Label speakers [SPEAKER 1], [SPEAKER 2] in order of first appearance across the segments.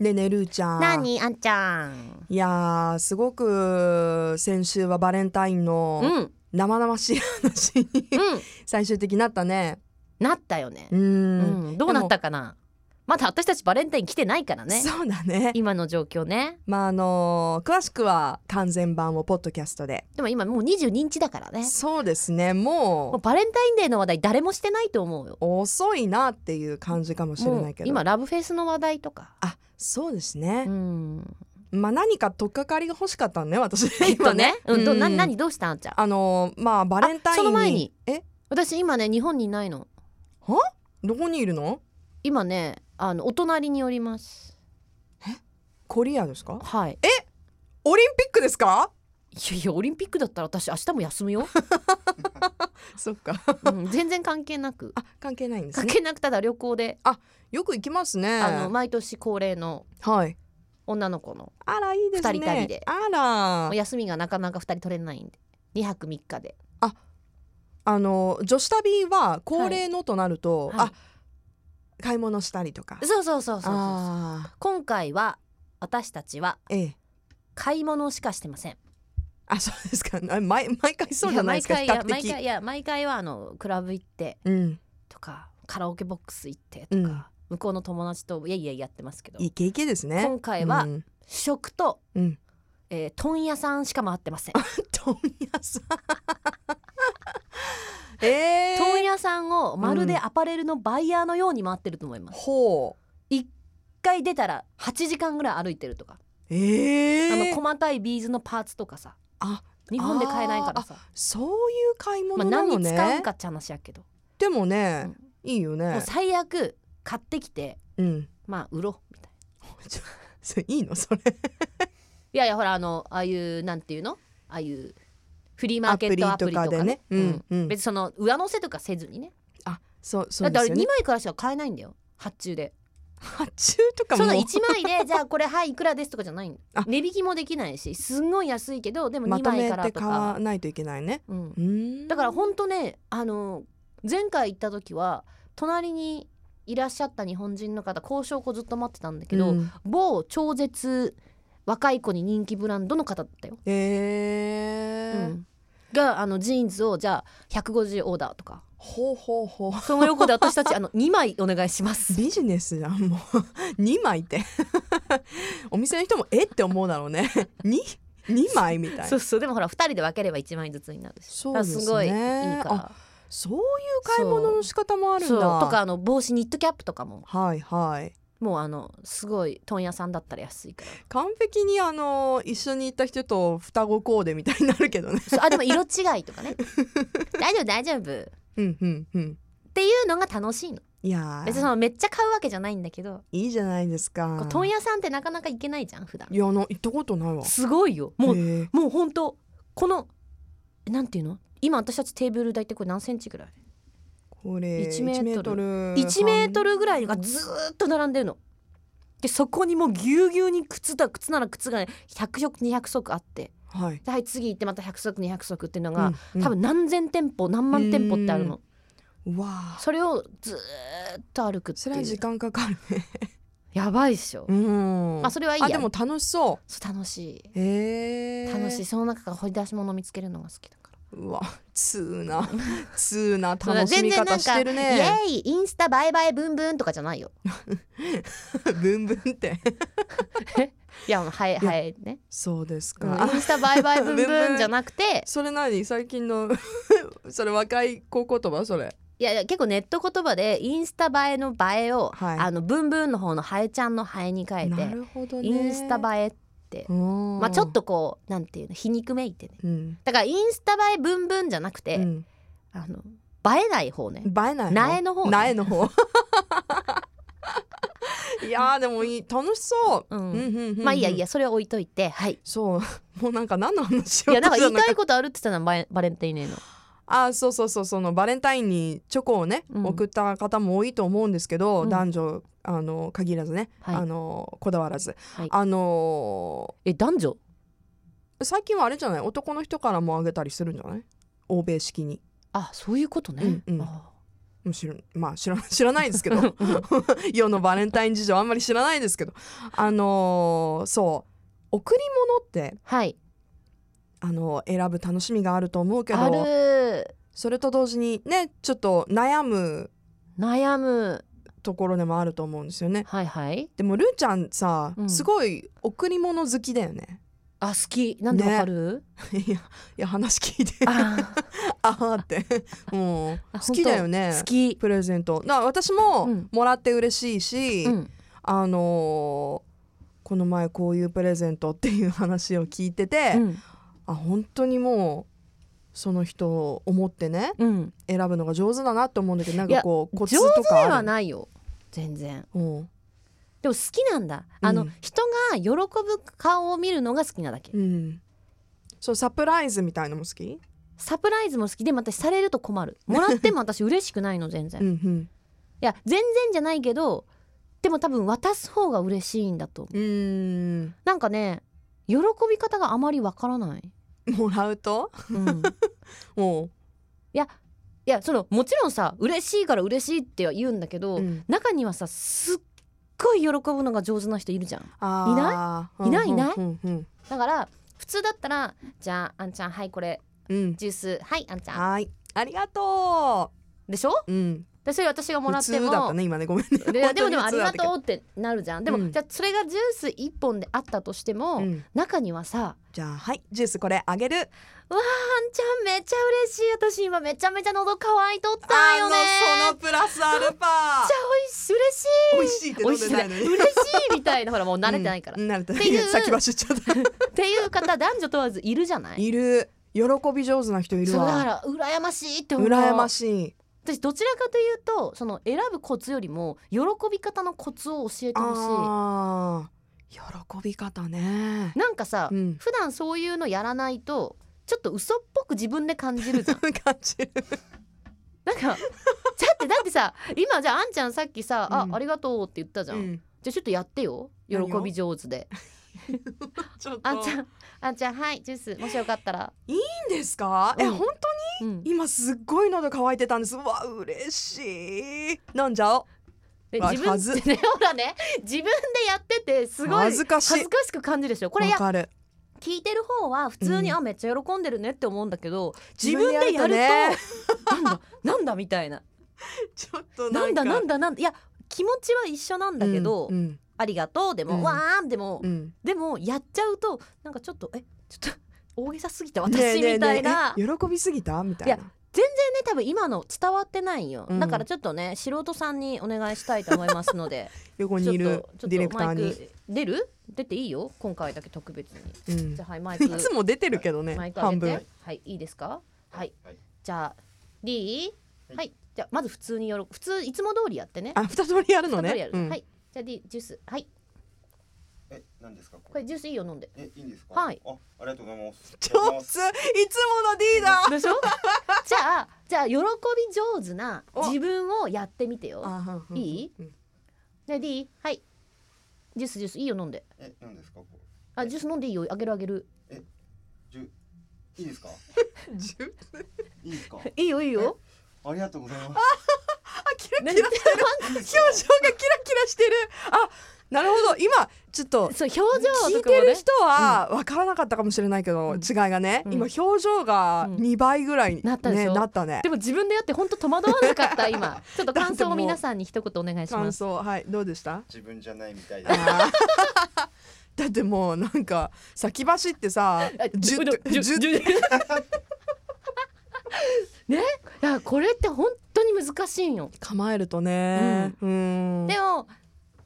[SPEAKER 1] ねえねえるーちゃん
[SPEAKER 2] なにあんちゃん
[SPEAKER 1] いやーすごく先週はバレンタイン
[SPEAKER 2] うん
[SPEAKER 1] の
[SPEAKER 2] うん
[SPEAKER 1] 生々しい話に 最終的になったね
[SPEAKER 2] なったよね
[SPEAKER 1] うー
[SPEAKER 2] うんん、どうなったかなまだ私たちバレンタイン来てないからね
[SPEAKER 1] そうだね
[SPEAKER 2] 今の状況ね
[SPEAKER 1] まああのー詳しくは完全版をポッドキャストで
[SPEAKER 2] でも今もう22日だからね
[SPEAKER 1] そうですね
[SPEAKER 2] もう
[SPEAKER 1] も
[SPEAKER 2] バレンタインデーの話題誰もしてないと思うよ
[SPEAKER 1] う遅いなっていう感じかもしれ
[SPEAKER 2] も
[SPEAKER 1] な
[SPEAKER 2] う
[SPEAKER 1] いけど
[SPEAKER 2] 今ラブフェスの話題とか
[SPEAKER 1] あそうですね
[SPEAKER 2] う、ん
[SPEAKER 1] まあ何か取っかかりが欲しか ったね私
[SPEAKER 2] きっと
[SPEAKER 1] 今
[SPEAKER 2] ね、うん、ど
[SPEAKER 1] うん
[SPEAKER 2] な何どうしたあんちゃん
[SPEAKER 1] あのーまあバレンタイン
[SPEAKER 2] あその前に
[SPEAKER 1] え
[SPEAKER 2] 私今ね日本にいないの
[SPEAKER 1] どこにいるの
[SPEAKER 2] 今ねあのお隣におります
[SPEAKER 1] コリアですか
[SPEAKER 2] はい
[SPEAKER 1] オリンピックですか
[SPEAKER 2] いやいやオリンピックだったら私明日も休む よ、
[SPEAKER 1] そっか
[SPEAKER 2] うん、全然関係なく
[SPEAKER 1] あ関係ないんです
[SPEAKER 2] 関
[SPEAKER 1] ね
[SPEAKER 2] 係なくただ旅行で、
[SPEAKER 1] よく行きますね
[SPEAKER 2] あの毎年恒例の
[SPEAKER 1] はい
[SPEAKER 2] 女の子の
[SPEAKER 1] あらいいですね
[SPEAKER 2] 二人旅で
[SPEAKER 1] あ
[SPEAKER 2] お
[SPEAKER 1] ら
[SPEAKER 2] 休みがなかなか2人取れないんで2泊3日で、
[SPEAKER 1] あの女子旅は恒例のとなると、
[SPEAKER 2] は
[SPEAKER 1] あ買い物したりとか
[SPEAKER 2] い、そうそうそうそうそう
[SPEAKER 1] あ
[SPEAKER 2] 今回は私たちは
[SPEAKER 1] ーええ
[SPEAKER 2] 買い物しかしてません
[SPEAKER 1] あそうですか あ毎毎回そうじゃないですか比
[SPEAKER 2] や
[SPEAKER 1] 較
[SPEAKER 2] 毎回いや毎
[SPEAKER 1] 的
[SPEAKER 2] 回いや毎回はあのクラブ行って
[SPEAKER 1] うん
[SPEAKER 2] とかカラオケボックス行ってとか、向こうの友達といやいややってますけど
[SPEAKER 1] イケイケですね
[SPEAKER 2] 今回は
[SPEAKER 1] うん
[SPEAKER 2] 食と、
[SPEAKER 1] うん
[SPEAKER 2] えー問屋さんしか回ってません
[SPEAKER 1] 問屋さん ええ
[SPEAKER 2] 問屋さんをまるでアパレルのバイヤーのように回ってると思います、
[SPEAKER 1] ほう
[SPEAKER 2] 一回出たら8時間ぐらい歩いてるとか、
[SPEAKER 1] ええ
[SPEAKER 2] あの細かいビーズのパーツとかさ
[SPEAKER 1] あ
[SPEAKER 2] 日本で買えないからさ
[SPEAKER 1] そういう買い
[SPEAKER 2] ま
[SPEAKER 1] 物
[SPEAKER 2] あ、
[SPEAKER 1] な
[SPEAKER 2] 何
[SPEAKER 1] の
[SPEAKER 2] に
[SPEAKER 1] ね、
[SPEAKER 2] 使うかって話やけど、
[SPEAKER 1] でもね、いいよ
[SPEAKER 2] もう
[SPEAKER 1] ね
[SPEAKER 2] 最悪買ってきて
[SPEAKER 1] うん
[SPEAKER 2] まあ売ろうみたいな
[SPEAKER 1] それいいのそれ
[SPEAKER 2] いやいやほらあのああいうなんていうのああいうフリーマーケットア
[SPEAKER 1] ア
[SPEAKER 2] プ
[SPEAKER 1] プ
[SPEAKER 2] リ
[SPEAKER 1] リと
[SPEAKER 2] とか
[SPEAKER 1] かで
[SPEAKER 2] ね
[SPEAKER 1] ねうん
[SPEAKER 2] うん
[SPEAKER 1] うん
[SPEAKER 2] 別にその上乗せとかせずにね
[SPEAKER 1] あそうそ
[SPEAKER 2] だ
[SPEAKER 1] う
[SPEAKER 2] っ
[SPEAKER 1] ですよ
[SPEAKER 2] てあれ2
[SPEAKER 1] ね
[SPEAKER 2] 枚からしか買えないんだよ発注で
[SPEAKER 1] 発注とか
[SPEAKER 2] そ
[SPEAKER 1] も
[SPEAKER 2] の1枚で じゃあこれはいいくらですとかじゃないんだ
[SPEAKER 1] あ
[SPEAKER 2] 値引きもできないしすんごい安いけどでも
[SPEAKER 1] ま
[SPEAKER 2] 2
[SPEAKER 1] と
[SPEAKER 2] 枚
[SPEAKER 1] め
[SPEAKER 2] から
[SPEAKER 1] て
[SPEAKER 2] と
[SPEAKER 1] 買
[SPEAKER 2] か、
[SPEAKER 1] わないといけないね
[SPEAKER 2] うん
[SPEAKER 1] う、ん
[SPEAKER 2] だからほんとねあの前回行った時は隣にいらっしゃった日本人の方交渉をずっと待ってたんだけど、
[SPEAKER 1] うん
[SPEAKER 2] 某超絶若い子に人気ブランドの方だったよ、
[SPEAKER 1] へえ
[SPEAKER 2] うんがあのジーンズをじゃあ150オーダーとか
[SPEAKER 1] ほうほうほう
[SPEAKER 2] そ の横で私たちあの2枚お願いします
[SPEAKER 1] ビジネスじゃんもう 2枚って お店の人もえって思うだろうね 2, 2枚みたい
[SPEAKER 2] そ
[SPEAKER 1] な
[SPEAKER 2] うそうでもほら2人で分ければ1枚ずつになるし
[SPEAKER 1] そうですね
[SPEAKER 2] だからごいいいか
[SPEAKER 1] あそういう買い物の仕方もあ
[SPEAKER 2] ら
[SPEAKER 1] るん
[SPEAKER 2] そう
[SPEAKER 1] だ
[SPEAKER 2] とかあの帽子ニットキャップとかも
[SPEAKER 1] はいはい
[SPEAKER 2] もうあのすごい問屋さんだったら安いから
[SPEAKER 1] 完璧にあの一緒に行った人と双子コーデみたいになるけどね
[SPEAKER 2] そうあでも色違いとかね 大丈夫大丈夫っ
[SPEAKER 1] うんうんうん
[SPEAKER 2] ていうのが楽しいの
[SPEAKER 1] いやー
[SPEAKER 2] 別にそのめっちゃ買うわけじゃないんだけど
[SPEAKER 1] いいじゃないです
[SPEAKER 2] こ
[SPEAKER 1] か
[SPEAKER 2] う問屋さんってなかなか行けないじゃん普段
[SPEAKER 1] いやあの行ったことないわ
[SPEAKER 2] すごいよもう、
[SPEAKER 1] へー
[SPEAKER 2] もうほんとこのなんていうの今私たちテーブル大体これ何センチぐらい、
[SPEAKER 1] これ
[SPEAKER 2] 1メート
[SPEAKER 1] ル
[SPEAKER 2] 1メートルぐらいがずーっと並んでるのでそこにもうぎゅうぎゅうに靴だ靴なら靴がね100足200足あって
[SPEAKER 1] はい、
[SPEAKER 2] ではい次行ってまた100足200足っていうのが、
[SPEAKER 1] うん
[SPEAKER 2] 多分何千店舗何万店舗ってあるの
[SPEAKER 1] うんわあ
[SPEAKER 2] それをずーっと歩くって
[SPEAKER 1] それはい時
[SPEAKER 2] う
[SPEAKER 1] 間かかるね
[SPEAKER 2] やばいっしょ、
[SPEAKER 1] うん
[SPEAKER 2] まあそれはいいや
[SPEAKER 1] あでも楽しそ
[SPEAKER 2] そう楽し
[SPEAKER 1] うへ
[SPEAKER 2] い
[SPEAKER 1] え
[SPEAKER 2] 楽しいその中から掘り出し物見つけるのが好きだから
[SPEAKER 1] うわつー なつーな
[SPEAKER 2] そうだ
[SPEAKER 1] 楽しみ方してる
[SPEAKER 2] 全然な
[SPEAKER 1] ね
[SPEAKER 2] んかイエーイインスタバイバイブンブンとかじゃないよ
[SPEAKER 1] ブンブンって
[SPEAKER 2] いやはいはいね、
[SPEAKER 1] そうです
[SPEAKER 2] う
[SPEAKER 1] か、
[SPEAKER 2] ん
[SPEAKER 1] あ
[SPEAKER 2] インスタバイバイブン
[SPEAKER 1] ブン
[SPEAKER 2] ブ
[SPEAKER 1] ブ
[SPEAKER 2] ン
[SPEAKER 1] ン
[SPEAKER 2] じゃなく て
[SPEAKER 1] それ何最近の それ若い子言葉それ
[SPEAKER 2] いやいや結構ネット言葉でインスタ映えの映えを、
[SPEAKER 1] はい
[SPEAKER 2] あのブンブンの方のハエちゃんのハエに変え
[SPEAKER 1] な
[SPEAKER 2] て
[SPEAKER 1] るほどね
[SPEAKER 2] インスタ映えって
[SPEAKER 1] うん
[SPEAKER 2] まあちょっとこうなんていうの皮肉めいてね
[SPEAKER 1] うん、
[SPEAKER 2] だからインスタ映えブンブンじゃなくて、
[SPEAKER 1] うん
[SPEAKER 2] あの映えない方ね
[SPEAKER 1] 映えないの
[SPEAKER 2] 苗の方ね
[SPEAKER 1] 苗の 方 いやーでもいい楽しそうう、
[SPEAKER 2] ん
[SPEAKER 1] うんうんうんうん
[SPEAKER 2] まあいいやいやそれは置いといてはい
[SPEAKER 1] そうもう なんか何の話
[SPEAKER 2] い
[SPEAKER 1] を
[SPEAKER 2] やなんか言 い
[SPEAKER 1] な
[SPEAKER 2] たいことあるって言ってたのバレバレンタインデーの
[SPEAKER 1] あそうそうそうそのバレンタインにチョコをね、
[SPEAKER 2] うん
[SPEAKER 1] 送った方も多いと思うんですけど、
[SPEAKER 2] うん
[SPEAKER 1] 男女あの限らずね、
[SPEAKER 2] はい
[SPEAKER 1] あのこだわらず、
[SPEAKER 2] はい
[SPEAKER 1] あの
[SPEAKER 2] え男女
[SPEAKER 1] 最近はあれじゃない男の人からもあげたりするんじゃない欧米式に
[SPEAKER 2] あそういうことね、
[SPEAKER 1] うんうん
[SPEAKER 2] あ
[SPEAKER 1] もう知るまあ知ら知らないですけ ど世のバレンタイン事情あんまり知らないですけどあのーそう贈り物って
[SPEAKER 2] はい
[SPEAKER 1] あのー選ぶ楽しみがあると思うけ
[SPEAKER 2] あ
[SPEAKER 1] ど
[SPEAKER 2] る
[SPEAKER 1] それと同時にねちょっと悩む
[SPEAKER 2] 悩む
[SPEAKER 1] ところでもあると思うんですよね
[SPEAKER 2] はいはい
[SPEAKER 1] でもルーちゃんさ、
[SPEAKER 2] うん
[SPEAKER 1] すごい贈り物好きだよね
[SPEAKER 2] あ好きなんでわかる、
[SPEAKER 1] いやいや話聞いてあ
[SPEAKER 2] あ
[SPEAKER 1] あってもう
[SPEAKER 2] あ
[SPEAKER 1] 好きだよね
[SPEAKER 2] ー好き、
[SPEAKER 1] プレゼントだから私も
[SPEAKER 2] うん
[SPEAKER 1] もらって嬉しいし、
[SPEAKER 2] うん、
[SPEAKER 1] あのーこの前こういうプレゼントっていう話を聞いてて、
[SPEAKER 2] うん
[SPEAKER 1] あ本当にもうその人を思ってね
[SPEAKER 2] うん
[SPEAKER 1] 選ぶのが上手だなと思うんだけどなん
[SPEAKER 2] い
[SPEAKER 1] か
[SPEAKER 2] や
[SPEAKER 1] こうコツ
[SPEAKER 2] 上
[SPEAKER 1] と
[SPEAKER 2] 手で
[SPEAKER 1] かある
[SPEAKER 2] はないよ全然
[SPEAKER 1] うん
[SPEAKER 2] でも好きなんだあの、
[SPEAKER 1] うん
[SPEAKER 2] 人が喜ぶ顔を見るのが好きなだけ
[SPEAKER 1] うん、そうサプライズみたいのも好き、
[SPEAKER 2] サプライズも好きでも私されると困 るもらっても私嬉しくないの全然、
[SPEAKER 1] うん
[SPEAKER 2] い
[SPEAKER 1] うん
[SPEAKER 2] や全然じゃないけどでも多分渡す方が嬉しいんだと思う
[SPEAKER 1] うーん
[SPEAKER 2] なんかね喜び方があまりわからない、
[SPEAKER 1] もらうと
[SPEAKER 2] うん、い
[SPEAKER 1] も
[SPEAKER 2] やそのもちろんさ嬉しいから嬉しいっては言うんだけど、
[SPEAKER 1] う、うん
[SPEAKER 2] 中にはさすっごい喜ぶのが上手な人いるじゃん
[SPEAKER 1] あー
[SPEAKER 2] いないいない
[SPEAKER 1] うんうん
[SPEAKER 2] だから普通だったらじゃああんちゃんはいこれ
[SPEAKER 1] うんうん
[SPEAKER 2] ジュースはいあんちゃん
[SPEAKER 1] はーいありがと
[SPEAKER 2] でしょ
[SPEAKER 1] う、うん、
[SPEAKER 2] でそれ私がもら
[SPEAKER 1] 普
[SPEAKER 2] って
[SPEAKER 1] 通
[SPEAKER 2] も
[SPEAKER 1] だったね今ねごめんね本
[SPEAKER 2] ででも
[SPEAKER 1] 当
[SPEAKER 2] で
[SPEAKER 1] に
[SPEAKER 2] も
[SPEAKER 1] 普
[SPEAKER 2] あ
[SPEAKER 1] 通
[SPEAKER 2] り
[SPEAKER 1] だっ
[SPEAKER 2] が
[SPEAKER 1] たけど
[SPEAKER 2] とうってなるじゃんでも、
[SPEAKER 1] うん
[SPEAKER 2] じゃあそれがジュース1本であったとしても、
[SPEAKER 1] うん
[SPEAKER 2] 中にはさ
[SPEAKER 1] じゃあはいジュースこれあげる
[SPEAKER 2] 「あんちゃんめっちゃ嬉しい私今めちゃめちゃ喉乾いとったんよね」
[SPEAKER 1] あのそのプラスアルファ
[SPEAKER 2] おいし嬉しい
[SPEAKER 1] 美味しいって飲んでないのに
[SPEAKER 2] 美味しい嬉しい みたいなほらもう慣れてないから、
[SPEAKER 1] うん慣れてな
[SPEAKER 2] って
[SPEAKER 1] い
[SPEAKER 2] いう
[SPEAKER 1] 先走っちゃった
[SPEAKER 2] っていう方男女問わずいるじゃない
[SPEAKER 1] いる喜び上手な人いる
[SPEAKER 2] そうだ
[SPEAKER 1] わ
[SPEAKER 2] から羨ましいって思う
[SPEAKER 1] 羨ましい
[SPEAKER 2] 私どちらかというとその選ぶコツよりも喜び方のコツを教えてほしい
[SPEAKER 1] あー喜び方ね
[SPEAKER 2] なんかさ、
[SPEAKER 1] うん
[SPEAKER 2] 普段そういうのやらないとちょっと嘘っぽく自分で感じるじゃん
[SPEAKER 1] 感じる
[SPEAKER 2] なんかだってだってさ今じゃああんちゃんさっきさ「
[SPEAKER 1] うん
[SPEAKER 2] あありがとう」って言ったじゃん、
[SPEAKER 1] うん
[SPEAKER 2] じゃあちょっとやってよ喜
[SPEAKER 1] 何を
[SPEAKER 2] び上手で
[SPEAKER 1] ちょっと
[SPEAKER 2] あんちゃんあんちゃんはいジュースもしよかったら、
[SPEAKER 1] いいんですかえ
[SPEAKER 2] うん
[SPEAKER 1] 本当に
[SPEAKER 2] うん、
[SPEAKER 1] 今すっごい喉乾いてたんですうわ嬉しい飲んじゃおう
[SPEAKER 2] え
[SPEAKER 1] わ
[SPEAKER 2] 自分
[SPEAKER 1] はず
[SPEAKER 2] ってね ほらね自分でやっててすごい
[SPEAKER 1] 恥ずかしい
[SPEAKER 2] 恥ずかしく感じるでしょこれい
[SPEAKER 1] わ
[SPEAKER 2] や
[SPEAKER 1] かる
[SPEAKER 2] 聞いてる方は普通に、
[SPEAKER 1] うん
[SPEAKER 2] あめっちゃ喜んでるねって思うんだけど
[SPEAKER 1] 自
[SPEAKER 2] 自
[SPEAKER 1] 分
[SPEAKER 2] 分
[SPEAKER 1] で
[SPEAKER 2] で
[SPEAKER 1] やる
[SPEAKER 2] や
[SPEAKER 1] と
[SPEAKER 2] ると
[SPEAKER 1] ね
[SPEAKER 2] なんだなんだみたいな
[SPEAKER 1] ちょっと
[SPEAKER 2] な
[SPEAKER 1] なんんか
[SPEAKER 2] だなんだなんだいや気持ちは一緒なんだけど、
[SPEAKER 1] うん
[SPEAKER 2] ありがとうでも、
[SPEAKER 1] うん
[SPEAKER 2] わーんでも、
[SPEAKER 1] うんうん
[SPEAKER 2] でもやっちゃうとなんかちょっとえちょっと大げさすぎた
[SPEAKER 1] ねえ
[SPEAKER 2] 私
[SPEAKER 1] ねえ
[SPEAKER 2] みたいな、
[SPEAKER 1] ねええ喜びすぎたみたいない
[SPEAKER 2] や全然ね多分今の伝わってないよ、
[SPEAKER 1] うん
[SPEAKER 2] だからちょっとね素人さんにお願いしたいと思いますので
[SPEAKER 1] 横
[SPEAKER 2] ちょ
[SPEAKER 1] に
[SPEAKER 2] っ
[SPEAKER 1] いる
[SPEAKER 2] と
[SPEAKER 1] ディレクター
[SPEAKER 2] マイ
[SPEAKER 1] に、
[SPEAKER 2] ク出る出ていいよ今回だけ特別に
[SPEAKER 1] うん
[SPEAKER 2] じゃあはいマイク
[SPEAKER 1] いつも出てるけどね
[SPEAKER 2] マイク上
[SPEAKER 1] 半
[SPEAKER 2] げて
[SPEAKER 1] 分
[SPEAKER 2] はいいいですかはい
[SPEAKER 3] はい
[SPEAKER 2] じゃあリー
[SPEAKER 3] はい
[SPEAKER 2] はいじゃあまず普通によろ普通いつも通りやってね
[SPEAKER 1] あ二通りやるの
[SPEAKER 2] 二通
[SPEAKER 1] ね
[SPEAKER 2] りやる
[SPEAKER 1] うん
[SPEAKER 2] はいじゃあリージュースはい
[SPEAKER 3] え、何ですかこ
[SPEAKER 2] こ
[SPEAKER 3] れ。
[SPEAKER 2] れジュースいいよ飲んで
[SPEAKER 3] え、いいんですか。
[SPEAKER 2] はい
[SPEAKER 3] あ、ありがとうございます。
[SPEAKER 1] 上手いつもの D だ
[SPEAKER 2] でしょ じゃあじゃあ喜び上手な
[SPEAKER 1] お
[SPEAKER 2] 自分をやってみてよ
[SPEAKER 1] あうん
[SPEAKER 2] いい
[SPEAKER 1] うん
[SPEAKER 2] ね D はいジュースジュースいいよ飲んで
[SPEAKER 3] え、何ですかこれ。
[SPEAKER 2] あジュース飲んでいいよあげるあげる
[SPEAKER 3] じゅ、いいですか。
[SPEAKER 1] 十
[SPEAKER 3] いいですか。
[SPEAKER 2] いいよいいよ
[SPEAKER 3] ありがとうござい ます。
[SPEAKER 1] あキラキラ
[SPEAKER 2] 何
[SPEAKER 1] 表情がキラキラしてるあなるほど今ちょっと
[SPEAKER 2] そう表
[SPEAKER 1] 聞
[SPEAKER 2] 情
[SPEAKER 1] い
[SPEAKER 2] とかも
[SPEAKER 1] てる
[SPEAKER 2] ね
[SPEAKER 1] 人は分からなかったかもしれないけど
[SPEAKER 2] うん
[SPEAKER 1] 違いがね
[SPEAKER 2] うん
[SPEAKER 1] 今表情が
[SPEAKER 2] うん
[SPEAKER 1] 二倍ぐらいね
[SPEAKER 2] なったでしょ
[SPEAKER 1] なったね
[SPEAKER 2] でも自分でやって本当戸惑わなかった 今ちょっと感想を皆さんに一言お願いしま
[SPEAKER 1] 感
[SPEAKER 2] す
[SPEAKER 1] 想はいどうでした
[SPEAKER 3] 自分じゃないみたいで。
[SPEAKER 1] あー だってもうなんか先走ってさ
[SPEAKER 2] あ
[SPEAKER 1] じゅ
[SPEAKER 2] うどじゅ
[SPEAKER 1] じゅ
[SPEAKER 2] じゅ ねいやこれって本当に難しいんよ
[SPEAKER 1] 構えるとねうん
[SPEAKER 2] でも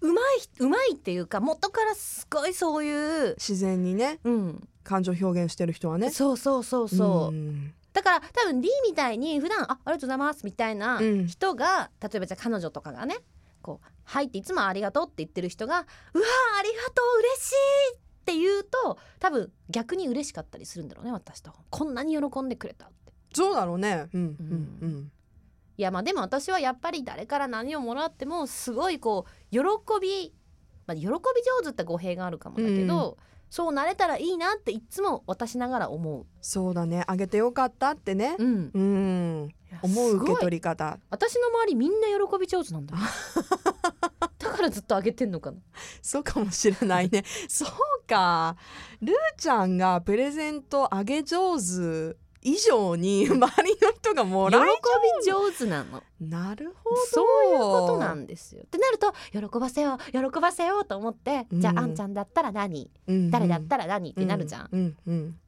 [SPEAKER 2] うまいうまいっていうか元からすごいそういう
[SPEAKER 1] 自然にね
[SPEAKER 2] うん
[SPEAKER 1] 感情表現してる人はね
[SPEAKER 2] そうそうそうそう、
[SPEAKER 1] ん
[SPEAKER 2] だから多分 D みたいに普段あありがとうございますみたいな
[SPEAKER 1] うん
[SPEAKER 2] 人が、例えばじゃあ彼女とかがねこう「はい」っていつも「ありがとう」って言ってる人が「うわーありがとう嬉しい!」って言うと多分逆に嬉しかったりするんだろうね私とこんなに喜んでくれたって。
[SPEAKER 1] そうだろうねうんう
[SPEAKER 2] うんん
[SPEAKER 1] うん
[SPEAKER 2] いやまあでも私はやっぱり誰から何をもらってもすごいこう喜びまあ、喜び上手って語弊があるかもだけど、そうなれたらいいなっていつも私ながら思う。
[SPEAKER 1] そうだねあげてよかったってね
[SPEAKER 2] うん、
[SPEAKER 1] うん思う受け
[SPEAKER 2] り
[SPEAKER 1] 取り方
[SPEAKER 2] 私の周りみんな喜び上手 なんだだからずっと上げてんのかな
[SPEAKER 1] そうかもしれない ねそうかルーちゃんがプレゼントあげ上手以上に周りの人がも
[SPEAKER 2] 喜
[SPEAKER 1] らい
[SPEAKER 2] び上手なの
[SPEAKER 1] なるほど
[SPEAKER 2] そういうことなんですよってなると喜ばせよう喜ばせようと思って、じゃ
[SPEAKER 1] うん
[SPEAKER 2] ああんちゃんだったら何
[SPEAKER 1] うんうん
[SPEAKER 2] 誰だったら何ってなるじゃん、
[SPEAKER 1] うんうん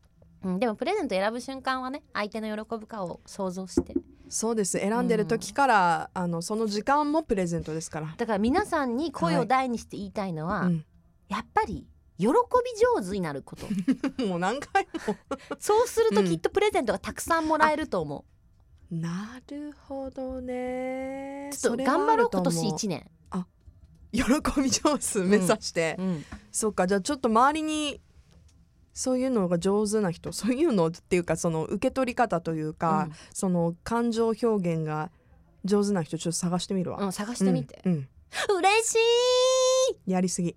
[SPEAKER 2] うんでもプレゼント選ぶ瞬間はね相手の喜ぶ顔を想像して
[SPEAKER 1] そうです選んでる時から、あのその時間もプレゼントですから、
[SPEAKER 2] だから皆さんに声を大にして言いたいのは、
[SPEAKER 1] うん、
[SPEAKER 2] やっぱり喜び上手になること
[SPEAKER 1] もう何回も
[SPEAKER 2] そうする
[SPEAKER 1] う
[SPEAKER 2] と
[SPEAKER 1] ん
[SPEAKER 2] きっとプレゼントがたくさんもらえると思
[SPEAKER 1] なるほどね
[SPEAKER 2] うちょっと頑張ろう今年
[SPEAKER 1] 一
[SPEAKER 2] 1年、
[SPEAKER 1] 喜び上手目指して、そっかじゃあちょっと周りにそういうのが上手な人 そういうのっていうかその受け取り方というか、その感情表現が上手な人ちょっと探してみるわ、
[SPEAKER 2] うんうん探してみて、
[SPEAKER 1] うんうん
[SPEAKER 2] 嬉しい
[SPEAKER 1] やりすぎ